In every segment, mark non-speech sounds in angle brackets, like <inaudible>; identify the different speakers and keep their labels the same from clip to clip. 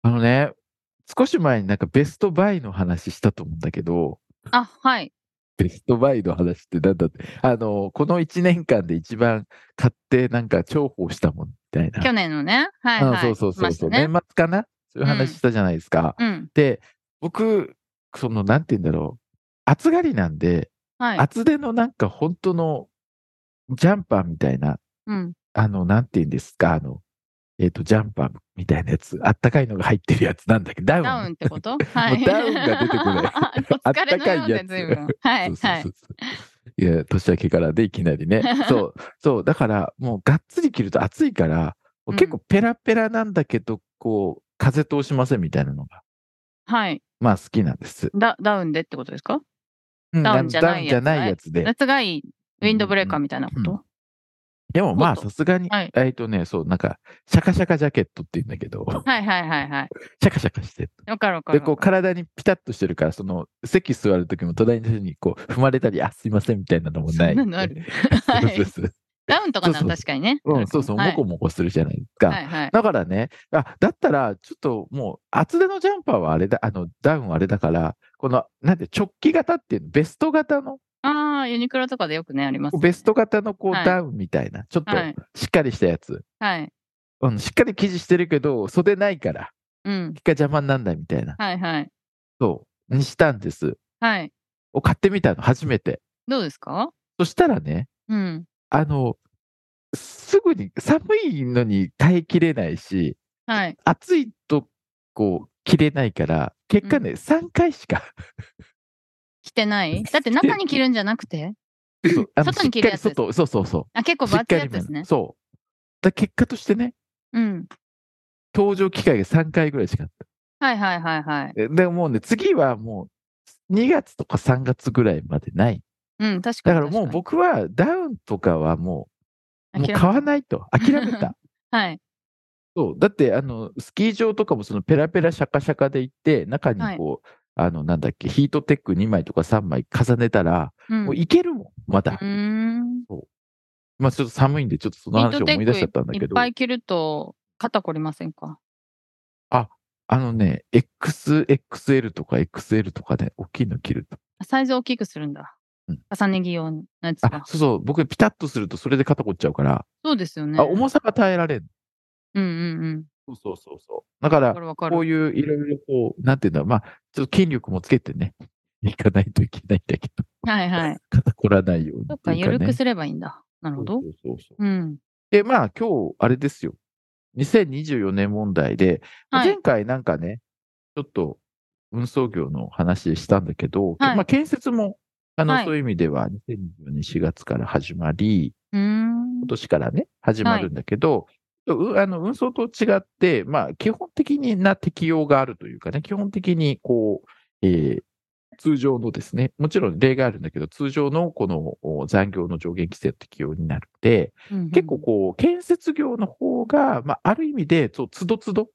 Speaker 1: あのね、少し前になんかベストバイの話したと思うんだけど、
Speaker 2: あはい
Speaker 1: ベストバイの話ってなんだって、あの、この1年間で一番買ってなんか重宝したもんみたいな。
Speaker 2: 去年のねはい
Speaker 1: あ
Speaker 2: はい
Speaker 1: そうそうそうそう、
Speaker 2: 来ましたね
Speaker 1: 年末かなそういう話したじゃないですか。
Speaker 2: うん
Speaker 1: で、僕、その、なんて言うんだろう。暑がりなんで、
Speaker 2: はい
Speaker 1: 厚手のなんか本当のジャンパーみたいな、
Speaker 2: うん
Speaker 1: あの、なんて言うんですか、あの、えっ、と、ジャンパーみたいなやつ、あったかいのが入ってるやつなんだけど、ダウン。
Speaker 2: ダウン
Speaker 1: <laughs>
Speaker 2: ってことはい
Speaker 1: ダウンが出てこない
Speaker 2: <laughs> お疲れのようで随分はい
Speaker 1: そうそう
Speaker 2: はい
Speaker 1: そうそう。いや、年明けからでいきなり
Speaker 2: <laughs>
Speaker 1: ね。そう、そう、だからもうがっつり着ると暑いから、もう結構ペラペラなんだけど、こう、風通しませんみたいなのが、
Speaker 2: はい
Speaker 1: まあ好きなんです。
Speaker 2: ダダウンでってことですか
Speaker 1: うん
Speaker 2: ダウンじゃないや
Speaker 1: ダウ
Speaker 2: つね
Speaker 1: ンじゃないやつ
Speaker 2: <laughs>
Speaker 1: で。
Speaker 2: 夏がいいウィンドブレーカーみたいなこと、
Speaker 1: うんでもまあ
Speaker 2: もっ
Speaker 1: さすがに、
Speaker 2: はい
Speaker 1: えっとね、そう、なんか、シャカシャカジャケットって言うんだけど、 <laughs>
Speaker 2: はいはいはいはい
Speaker 1: シャカシャカして。
Speaker 2: わかるわか
Speaker 1: で、
Speaker 2: る
Speaker 1: こう体にピタッとしてるから、その、席座るときも隣の人にこう踏まれたり、あ、すいませんみたいなのもない。
Speaker 2: そんなのある
Speaker 1: <laughs> そう
Speaker 2: はい
Speaker 1: そうそう
Speaker 2: ダウンとかな
Speaker 1: そう
Speaker 2: ら
Speaker 1: そう
Speaker 2: 確かにね
Speaker 1: うん、そうそう、
Speaker 2: は
Speaker 1: も
Speaker 2: い
Speaker 1: こもこするじゃないですか。
Speaker 2: はいはい
Speaker 1: だからね、あだったら、ちょっともう、厚手のジャンパーはあれだ、あの、ダウンはあれだから、この、なんて、直帰型っていうの、ベスト型の、
Speaker 2: ああユニクロとかでよくねありますね、
Speaker 1: ベスト型のこう、
Speaker 2: はい
Speaker 1: ダウンみたいな、ちょっと
Speaker 2: はい
Speaker 1: しっかりしたやつ、
Speaker 2: はい
Speaker 1: うん、しっかり生地してるけど、袖ないから、
Speaker 2: うん
Speaker 1: 一回邪魔になんないみたいな、
Speaker 2: はいはい
Speaker 1: そう、にしたんです。
Speaker 2: はい
Speaker 1: を買ってみたの、初めて。
Speaker 2: どうですか
Speaker 1: そしたらね、
Speaker 2: うん
Speaker 1: あの、すぐに、寒いのに耐えきれないし、
Speaker 2: はい
Speaker 1: 暑いとこう着れないから結果ね、3回し
Speaker 2: <laughs>
Speaker 1: か
Speaker 2: 着てないだって中に着るんじゃな
Speaker 1: <laughs>
Speaker 2: くて
Speaker 1: そうあの
Speaker 2: 外に着るやつ
Speaker 1: しっかり外そうそうそ
Speaker 2: あ結
Speaker 1: う
Speaker 2: 構バッチやつ
Speaker 1: め
Speaker 2: で
Speaker 1: る
Speaker 2: すね
Speaker 1: そうだ結果としてね
Speaker 2: うん
Speaker 1: 登場機会が3回ぐらいしかあっ
Speaker 2: はいはいはいはい
Speaker 1: たえでももうね次はもう2月とか3月ぐらいまでない
Speaker 2: うん確か
Speaker 1: だ
Speaker 2: に
Speaker 1: からもう
Speaker 2: 確
Speaker 1: 僕はダウンとかはもう
Speaker 2: かに
Speaker 1: もう
Speaker 2: 諦め
Speaker 1: 買わないと諦めた
Speaker 2: はい
Speaker 1: そうだってあのスキー場とかもそのペラペラシャカシャカで行って中にこう、あのなんだっけヒートテック2枚とか3枚重ねたら、
Speaker 2: うん
Speaker 1: も
Speaker 2: う
Speaker 1: ういけるもんまだ、
Speaker 2: ーん
Speaker 1: まあちょっと寒いんで、ちょっとその
Speaker 2: ミー
Speaker 1: 話
Speaker 2: ト
Speaker 1: を
Speaker 2: テ
Speaker 1: 思い出しちゃ
Speaker 2: ッ
Speaker 1: ったん
Speaker 2: ク
Speaker 1: だ
Speaker 2: い
Speaker 1: け
Speaker 2: っ
Speaker 1: ど、
Speaker 2: ぱい着ると肩こりませんか
Speaker 1: あのね、XXL とか XL とかね、大きいの着ると。
Speaker 2: サイズ大きくするんだ
Speaker 1: うん。
Speaker 2: 重ね着用のやつ
Speaker 1: あ
Speaker 2: が、。
Speaker 1: そうそう、僕ピタッとするとそれで肩こっちゃうから、
Speaker 2: そうですよね。
Speaker 1: あ重さが耐えられん。
Speaker 2: うんうんうん。
Speaker 1: そうそうそうそう。だか
Speaker 2: わ
Speaker 1: ら
Speaker 2: か、るわか
Speaker 1: こう
Speaker 2: る。
Speaker 1: いういろいろこう、なんていうんだろう、まあ、ちょっと筋力もつけてね、いかないといけないんだけど、
Speaker 2: はいはい。
Speaker 1: 肩こらないように
Speaker 2: そっ
Speaker 1: って
Speaker 2: か、
Speaker 1: いうか、ね。
Speaker 2: 緩くすればいいんだ。なるほど
Speaker 1: そ。うそうそうそう
Speaker 2: うん。
Speaker 1: で、まあ今日、あれですよ。2024年問題で、
Speaker 2: はい
Speaker 1: 前回なんかね、ちょっと運送業の話したんだけど、
Speaker 2: はい
Speaker 1: まあ建設も、あの、
Speaker 2: はい
Speaker 1: そういう意味では2024年4月から始まり、
Speaker 2: うーん
Speaker 1: 今。年からね、始まるんだけど、うあの運送と違って、まあ基本的な適用があるというかね、基本的にこう、えー通常のですね、もちろん例があるんだけど、通常のこのお残業の上限規制適用になるので、
Speaker 2: うんうん
Speaker 1: 結構こう、建設業の方が、まあ、ある意味で、そう、つどつど、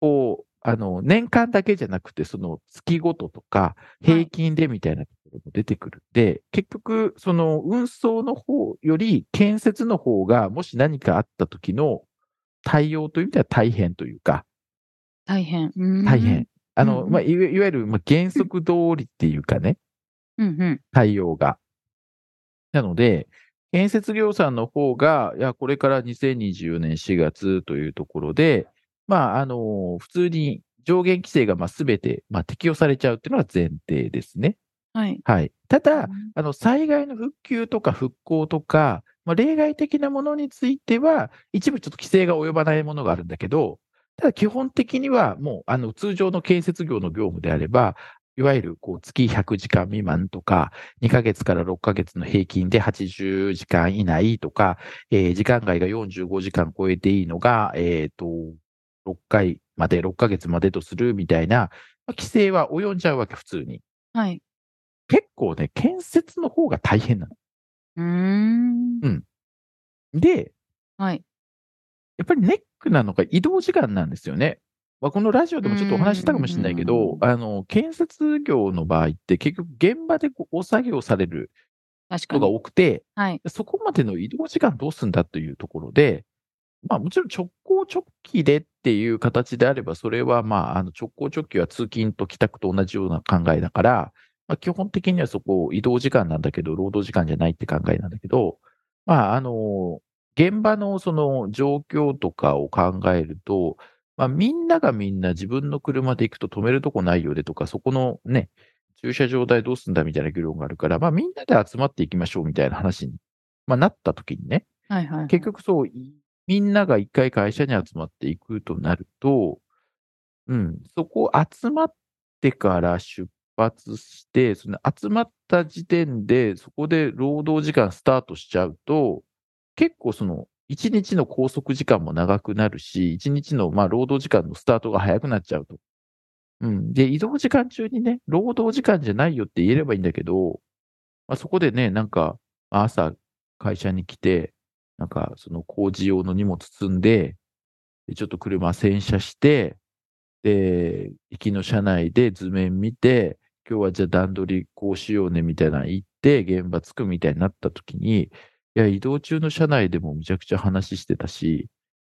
Speaker 1: こう、あの、年間だけじゃなくて、その月ごととか、平均でみたいなところも出てくるんで、結局、その運送の方より建設の方が、もし何かあった時の対応という意味では大変というか、
Speaker 2: 大変。うーん
Speaker 1: 大変。。あの、
Speaker 2: うん
Speaker 1: まあ、いわいわゆる、まあ、原則通りっていうかね、
Speaker 2: うんうん。
Speaker 1: 対応が。なので、建設業さんの方が、いや、これから2024年4月というところで、まあ、あの、普通に上限規制が、まあ、すべて、まあ、適用されちゃうっていうのは前提ですね。
Speaker 2: はい。
Speaker 1: はい。ただ、
Speaker 2: うん
Speaker 1: あの、災害の復旧とか復興とか、まあ、例外的なものについては、一部ちょっと規制が及ばないものがあるんだけど、ただ基本的にはもう、あの、通常の建設業の業務であれば、いわゆるこう月100時間未満とか、2ヶ月から6ヶ月の平均で80時間以内とか、えー時間外が45時間超えていいのが、えっ、と、6回まで、6ヶ月までとするみたいな、まあ規制は及んじゃうわけ、普通に。
Speaker 2: はい。
Speaker 1: 結構ね、建設の方が大変なの。
Speaker 2: うーん。
Speaker 1: で、
Speaker 2: はい。
Speaker 1: やっぱりネックなのが移動時間なんですよね。まあ、このラジオでもちょっとお話ししたかもしれないけ
Speaker 2: うんう
Speaker 1: ど
Speaker 2: んう、ん
Speaker 1: あの、建設業の場合って結局現場でこうお作業される
Speaker 2: 確か
Speaker 1: 人が
Speaker 2: に。
Speaker 1: 多くて、
Speaker 2: はい。
Speaker 1: そこまでの移動時間どうすんだというところで、まあもちろん直行直帰でっていう形であれば、それはまああの直行直帰は通勤と帰宅と同じような考えだから、まあ、基本的にはそこ移動時間なんだけど、労働時間じゃないって考えなんだけど、まああの、現場のその状況とかを考えると、まあみんながみんな自分の車で行くと止めるとこないよねとか、そこのね、駐車場代どうすんだみたいな議論があるから、まあみんなで集まっていきましょうみたいな話にまあ、なった時にね、
Speaker 2: はい。はい。
Speaker 1: 結局そう、いみんなが一回会社に集まっていくとなると、うん、そこ集まってから出発して、その集まった時点で、そこで労働時間スタートしちゃうと、結構その、一日の拘束時間も長くなるし、一日のまあ労働時間のスタートが早くなっちゃうと。うん。で、移動時間中にね、労働時間じゃないよって言えればいいんだけど、まあ、そこでね、なんか、朝会社に来て、なんかその工事用の荷物積んで、でちょっと車洗車して、で、行きの車内で図面見て、今日はじゃあ段取りこうしようねみたいなの言って、現場着くみたいになった時に、いや、移動中の車内でもむちゃくちゃ話してたし、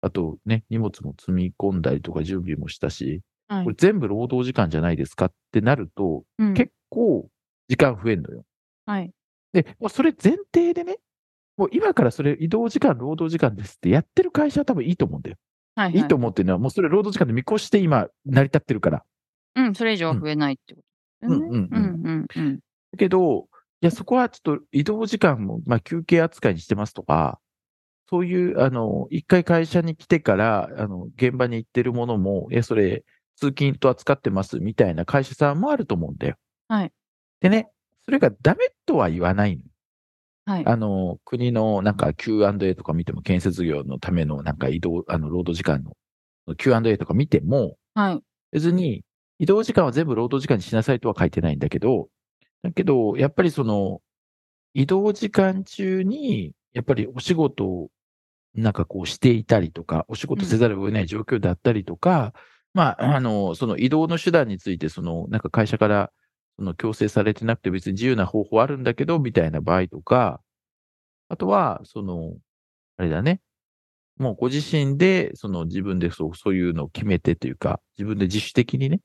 Speaker 1: あとね、荷物も積み込んだりとか準備もしたし、
Speaker 2: はい
Speaker 1: これ全部労働時間じゃないですかってなると、
Speaker 2: うん
Speaker 1: 結構時間増えんのよ。
Speaker 2: はい。
Speaker 1: で、もうそれ前提でね、もう今からそれ移動時間、労働時間ですってやってる会社は多分いいと思うんだよ。
Speaker 2: は
Speaker 1: い
Speaker 2: い。
Speaker 1: いと
Speaker 2: はい
Speaker 1: 思うっていうのは、もうそれ労働時間で見越して今、成り立ってるから。
Speaker 2: うん。それ以上は増えないってことですよね。
Speaker 1: うん
Speaker 2: う
Speaker 1: うんうん
Speaker 2: ん。うん。
Speaker 1: だけど、いや、そこはちょっと移動時間も、まあ、休憩扱いにしてますとか、そういう、あの、一回会社に来てから、あの、現場に行ってるものも、いや、それ、通勤と扱ってますみたいな会社さんもあると思うんだよ。
Speaker 2: はい。
Speaker 1: でね、それがダメとは言わないの。
Speaker 2: はい。
Speaker 1: あの、国のなんか Q&A とか見ても、建設業のためのなんか移動、あの、労働時間の Q&A とか見ても、
Speaker 2: はい。
Speaker 1: 別に移動時間は全部労働時間にしなさいとは書いてないんだけど、だけど、やっぱりその、移動時間中に、やっぱりお仕事をなんかこうしていたりとか、お仕事せざるを得ない状況だったりとか、まあ、あの、その移動の手段について、その、なんか会社から、その強制されてなくて別に自由な方法あるんだけど、みたいな場合とか、あとは、その、あれだね、もうご自身で、その自分でそうそういうのを決めてというか、自分で自主的にね、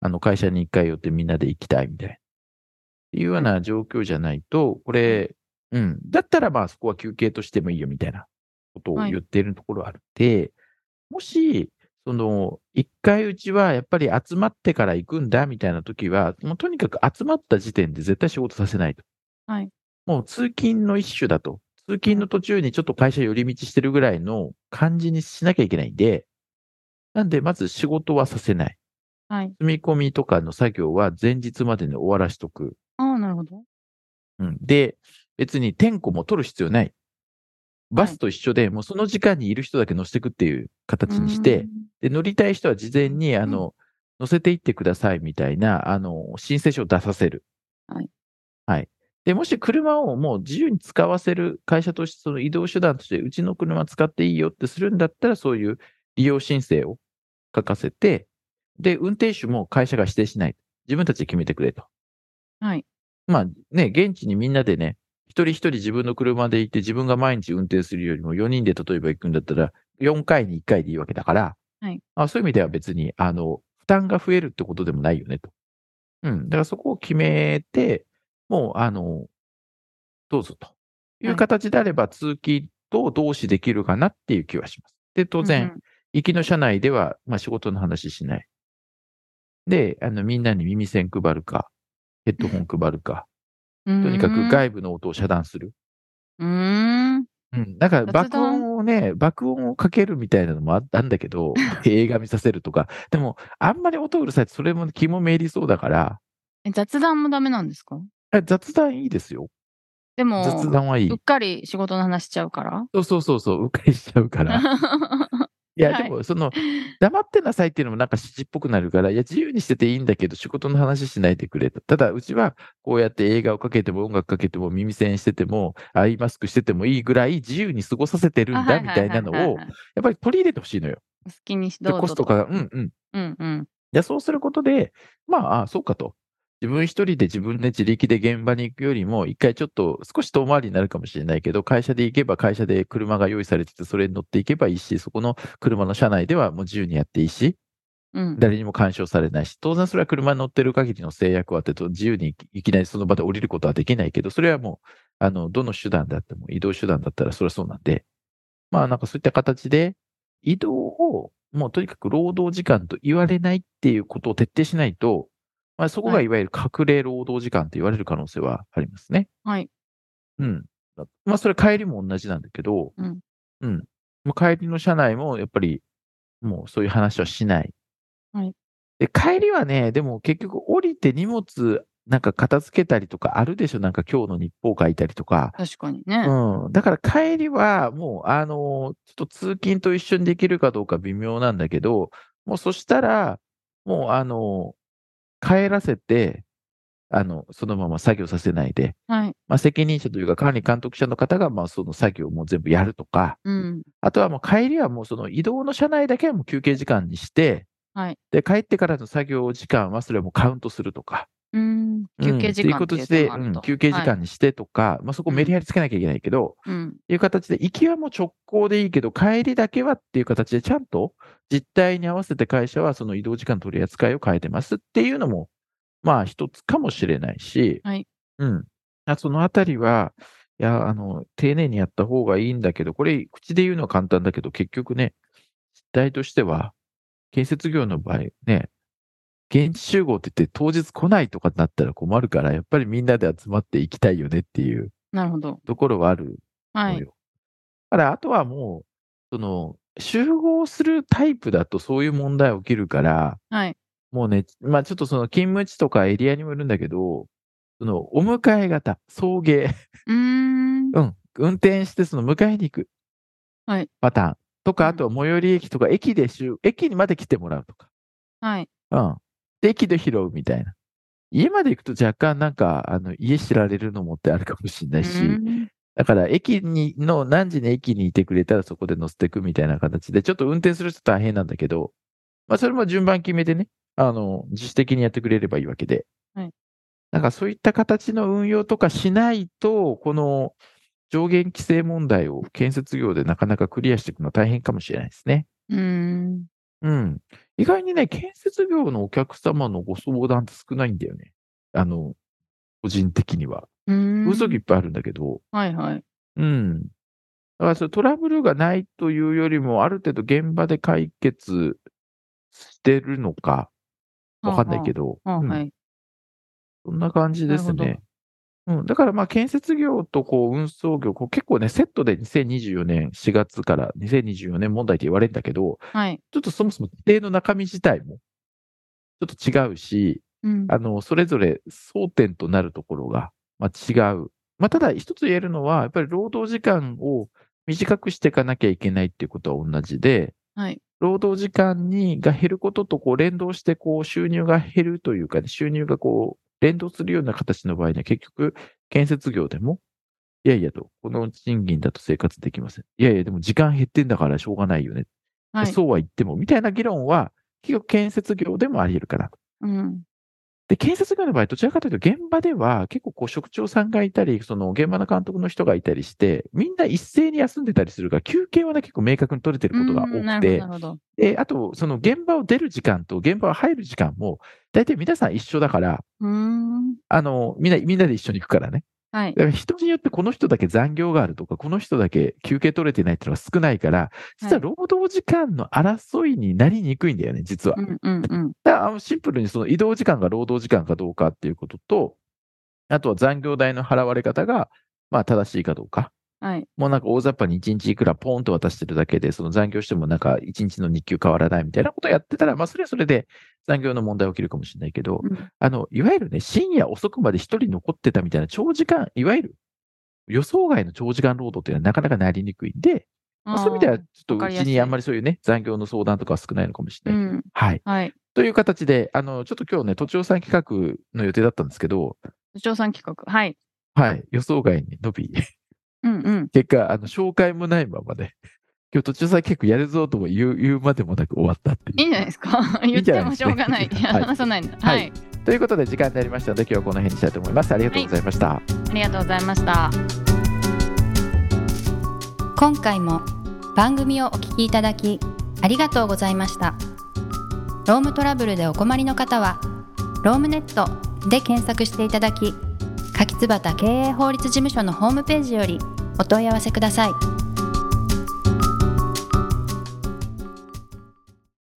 Speaker 1: あの会社に一回寄ってみんなで行きたいみたいな。っていうような状況じゃないと、これ、うん。だったらまあそこは休憩としてもいいよみたいなことを
Speaker 2: はい
Speaker 1: 言っているところあるんで、もし、その、一回うちはやっぱり集まってから行くんだみたいな時は、もうとにかく集まった時点で絶対仕事させないと。
Speaker 2: はい。
Speaker 1: もう通勤の一種だと。通勤の途中にちょっと会社寄り道してるぐらいの感じにしなきゃいけないんで、なんでまず仕事はさせない。
Speaker 2: はい。
Speaker 1: 積み込みとかの作業は前日までに終わらしとく。
Speaker 2: ああ、なるほど。
Speaker 1: うん、で、別に点呼も取る必要ない。バスと一緒で、もうその時間にいる人だけ乗せていくっていう形にして、
Speaker 2: うん、
Speaker 1: で、乗りたい人は事前に、あの、乗せていってくださいみたいな、あの、申請書を出させる。
Speaker 2: はい。
Speaker 1: はい。で、もし車をもう自由に使わせる会社として、その移動手段として、うちの車使っていいよってするんだったら、そういう利用申請を書かせて、で、運転手も会社が指定しない。自分たちで決めてくれと。
Speaker 2: はい。
Speaker 1: まあね、現地にみんなでね、一人一人自分の車で行って、自分が毎日運転するよりも、4人で例えば行くんだったら、4回に1回でいいわけだから、
Speaker 2: はい
Speaker 1: あ、そういう意味では別に、あの、負担が増えるってことでもないよねと。うん。だからそこを決めて、もう、あの、どうぞとい
Speaker 2: は
Speaker 1: う
Speaker 2: い
Speaker 1: 形であれば、通勤と同視できるかなっていう気はします。で、当然、行きの社内では、まあ、仕事の話しない。で、あの、みんなに耳栓配るか、ヘッドホン配るか、
Speaker 2: うん、
Speaker 1: とにかく
Speaker 2: 害
Speaker 1: 外部の音を遮断する。
Speaker 2: うーん。
Speaker 1: うん。だから
Speaker 2: 雑
Speaker 1: 爆
Speaker 2: 談
Speaker 1: 音をね、爆音をかけるみたいなのもあったんだけ <laughs> ど、映画見させるとか。でも、あんまり音うるさいと、それも気もめいりそうだから、
Speaker 2: え雑談もダメなんですか
Speaker 1: え雑談いいですよ。
Speaker 2: でも、
Speaker 1: 雑談はいいう <laughs>
Speaker 2: っ。かり仕事の話しちゃうから。 <laughs>
Speaker 1: そうそうそうそう、うっかりしちゃうから。いや、でも、その、黙ってなさいっていうのもなんか指示っぽくなるから、いや、自由にしてていいんだけど、仕事の話しないでくれと。ただ、うちは、こうやって映画をかけても、音楽かけても、耳栓してても、アイマスクしててもいいぐらい、自由に過ごさせてるんだ、みたいなの
Speaker 2: あはい
Speaker 1: を
Speaker 2: はいはい、はいはい
Speaker 1: やっぱり取り入れてほしいのよ。
Speaker 2: お好きにし
Speaker 1: で
Speaker 2: どうぞ
Speaker 1: コストか、うんうん。
Speaker 2: うんうん
Speaker 1: で、そうすることで、まあ、あそうかと。自分一人で自分で自力で現場に行くよりも、一回ちょっと少し遠回りになるかもしれないけど、会社で行けば会社で車が用意されてて、それに乗っていけばいいし、そこの車の車内ではもう自由にやっていいし、
Speaker 2: うん
Speaker 1: 誰にも干渉されないし、当然それは車に乗ってる限りの制約はあってと、自由にいきなりその場で降りることはできないけど、それはもう、あの、どの手段であっても、移動手段だったらそれはそうなんで、まあなんかそういった形で、移動をもうとにかく労働時間と言われないっていうことを徹底しないと、まあそこが
Speaker 2: はい
Speaker 1: いわゆる隠れ労働時間と言われる可能性はありますね。
Speaker 2: はい
Speaker 1: うん。まあ、それ帰りも同じなんだけど、
Speaker 2: うん。
Speaker 1: うん。もう帰りの車内も、やっぱり、もうそういう話はしない。
Speaker 2: はい。
Speaker 1: で、帰りはね、でも結局降りて荷物、なんか片付けたりとかあるでしょなんか今日の日報書いたりとか。
Speaker 2: 確かにね、
Speaker 1: うん。だから帰りは、もう、あのーちょっと通勤と一緒にできるかどうか微妙なんだけど、もうそしたら、もう、あのー帰らせて、あの、そのまま作業させないで、
Speaker 2: はい
Speaker 1: まあ、責任者というか管理監督者の方がまあその作業をもう全部やるとか、
Speaker 2: うん
Speaker 1: あとはもう帰りはもうその移動の車内だけはもう休憩時間にして、
Speaker 2: はい
Speaker 1: で帰ってからの作業時間はそれはもうカウントするとか、
Speaker 2: うん休憩時
Speaker 1: う
Speaker 2: 間
Speaker 1: んと
Speaker 2: っ
Speaker 1: いうことし
Speaker 2: てい
Speaker 1: て、
Speaker 2: うのもあ
Speaker 1: う
Speaker 2: る
Speaker 1: ん
Speaker 2: と
Speaker 1: 休憩時間にしてとか、まあ、そこメリハリつけなきゃいけないけど、
Speaker 2: はいうん
Speaker 1: いう形で、行きはもう直行でいいけど、帰りだけはっていう形で、ちゃんと実態に合わせて会社はその移動時間取り扱いを変えてますっていうのも、まあ一つかもしれないし、
Speaker 2: はい
Speaker 1: うん。あそのあたりは、いや、あの、丁寧にやった方がいいんだけど、これ、口で言うのは簡単だけど、結局ね、実態としては、建設業の場合ね、現地集合って言って当日来ないとかになったら困るから、やっぱりみんなで集まっていきたいよねっていう
Speaker 2: なるほど
Speaker 1: ところはある
Speaker 2: は
Speaker 1: の
Speaker 2: い
Speaker 1: よだから、あとはもう、その、集合するタイプだとそういう問題起きるから、
Speaker 2: はい
Speaker 1: もうね、まあちょっとその勤務地とかエリアにもよるんだけど、その、お迎え型、送迎、 <laughs>
Speaker 2: うーん
Speaker 1: うん、運転してその迎えに行く、
Speaker 2: はい
Speaker 1: パターンと
Speaker 2: う
Speaker 1: か、
Speaker 2: ん
Speaker 1: あとは最寄り駅とか、駅で集、駅にまで来てもらうとか、
Speaker 2: はい
Speaker 1: うん。で、駅で拾うみたいな。家まで行くと若干なんか、あの、家知られるのもってあるかもしれな
Speaker 2: う
Speaker 1: いし、
Speaker 2: ん
Speaker 1: だから、駅に、の、何時に駅にいてくれたらそこで乗せてくみたいな形で、ちょっと運転する人大変なんだけど、まあ、それも順番決めてね、あの、自主的にやってくれればいいわけで。
Speaker 2: はい。
Speaker 1: なんかそういった形の運用とかしないと、この上限規制問題を建設業でなかなかクリアしていくのは大変かもしれないですね。
Speaker 2: うん
Speaker 1: うん。意外にね、建設業のお客様のご相談って少ないんだよね。あの、個人的には。
Speaker 2: うん
Speaker 1: 嘘いっぱいあるんだけど、
Speaker 2: はいはい
Speaker 1: うん。だからそれトラブルがないというよりも、ある程度現場で解決してるのか、わかんないけ
Speaker 2: ど
Speaker 1: ど、
Speaker 2: はあ
Speaker 1: うん
Speaker 2: はい
Speaker 1: そんな感じです
Speaker 2: なる
Speaker 1: ね。うん、だからまあ建設業とこう運送業、こう結構ね、セットで2024年4月から2024年問題って言われるんだけど、
Speaker 2: はい
Speaker 1: ちょっとそもそも規定の中身自体もちょっと違うし、
Speaker 2: うん
Speaker 1: あの、それぞれ争点となるところが、まあ、違う。まあ、ただ一つ言えるのは、やっぱり労働時間を短くしていかなきゃいけないっていうことは同じで、
Speaker 2: はい
Speaker 1: 労働時間にが減ることとこう連動してこう収入が減るというかね、収入がこう連動するような形の場合には結局建設業でも、いやいやと、この賃金だと生活できません。いやいや、でも時間減ってんだからしょうがないよね。
Speaker 2: はい
Speaker 1: そうは言っても、みたいな議論は結局建設業でもあり得るかな。
Speaker 2: うん
Speaker 1: で、建設業の場合、どちらかというと、現場では結構こう職長さんがいたり、その現場の監督の人がいたりして、みんな一斉に休んでたりするから、休憩はね、結構明確に取れてることが
Speaker 2: うん
Speaker 1: 多
Speaker 2: な
Speaker 1: く
Speaker 2: るほ
Speaker 1: て
Speaker 2: ど、なるほど
Speaker 1: で、あと、その現場を出る時間と現場を入る時間も、大体皆さん一緒だから、
Speaker 2: うーん
Speaker 1: あの、みんな、みんなで一緒に行くからね。
Speaker 2: はい
Speaker 1: だから人によってこの人だけ残業があるとか、この人だけ休憩取れてないっていうのが少ないから、実は労働時間の争いになりにくいんだよね、実は
Speaker 2: う。んうんうん
Speaker 1: だからあのシンプルにその移動時間が労働時間かどうかっていうことと、あとは残業代の払われ方が、まあ正しいかどうか。
Speaker 2: はい
Speaker 1: もうなんか大雑把に1日いくらポンと渡してるだけで、その残業してもなんか1日の日給変わらないみたいなことやってたら、まあそれはそれで残業の問題起きるかもしれないけど、
Speaker 2: うん
Speaker 1: あの、いわゆるね、深夜遅くまで一人残ってたみたいな長時間、いわゆる予想外の長時間労働っていうのはなかなかなりにくいんで、まあそういう意味では、ちょっと
Speaker 2: わか
Speaker 1: う
Speaker 2: り
Speaker 1: ち
Speaker 2: やすい
Speaker 1: にあんまりそういうね、残業の相談とかは少ないのかもし
Speaker 2: う
Speaker 1: れない。
Speaker 2: ん。
Speaker 1: はい。
Speaker 2: はい。
Speaker 1: という形で、あの、ちょっと今日ね、都庁さん企画の予定だったんですけど、
Speaker 2: 部長さん企画。はい。
Speaker 1: はい、予想外に伸び、 <laughs>
Speaker 2: うんうん。
Speaker 1: 結果、あの、紹介もないままで、 <laughs> 今日都庁さん結構やるぞとも言う言うまでもなく終わったっていう。
Speaker 2: いいんじゃないですか <laughs>
Speaker 1: い
Speaker 2: 言
Speaker 1: ん
Speaker 2: っ
Speaker 1: じゃ
Speaker 2: て
Speaker 1: ない
Speaker 2: も
Speaker 1: です
Speaker 2: し
Speaker 1: か
Speaker 2: ょうがない。
Speaker 1: はい
Speaker 2: 話さないんだ。
Speaker 1: は
Speaker 2: はいい。
Speaker 1: ということで、時間になりましたので、今日はこの辺にしたいと思います。ありがとうございました。
Speaker 2: ありがとうございました。
Speaker 3: 今回も番組をお聞きいただきありがとうございましたロームトラブルでお困りの方は「ロームネット」で検索していただき柿椿経営法律事務所のホームページよりお問い合わせください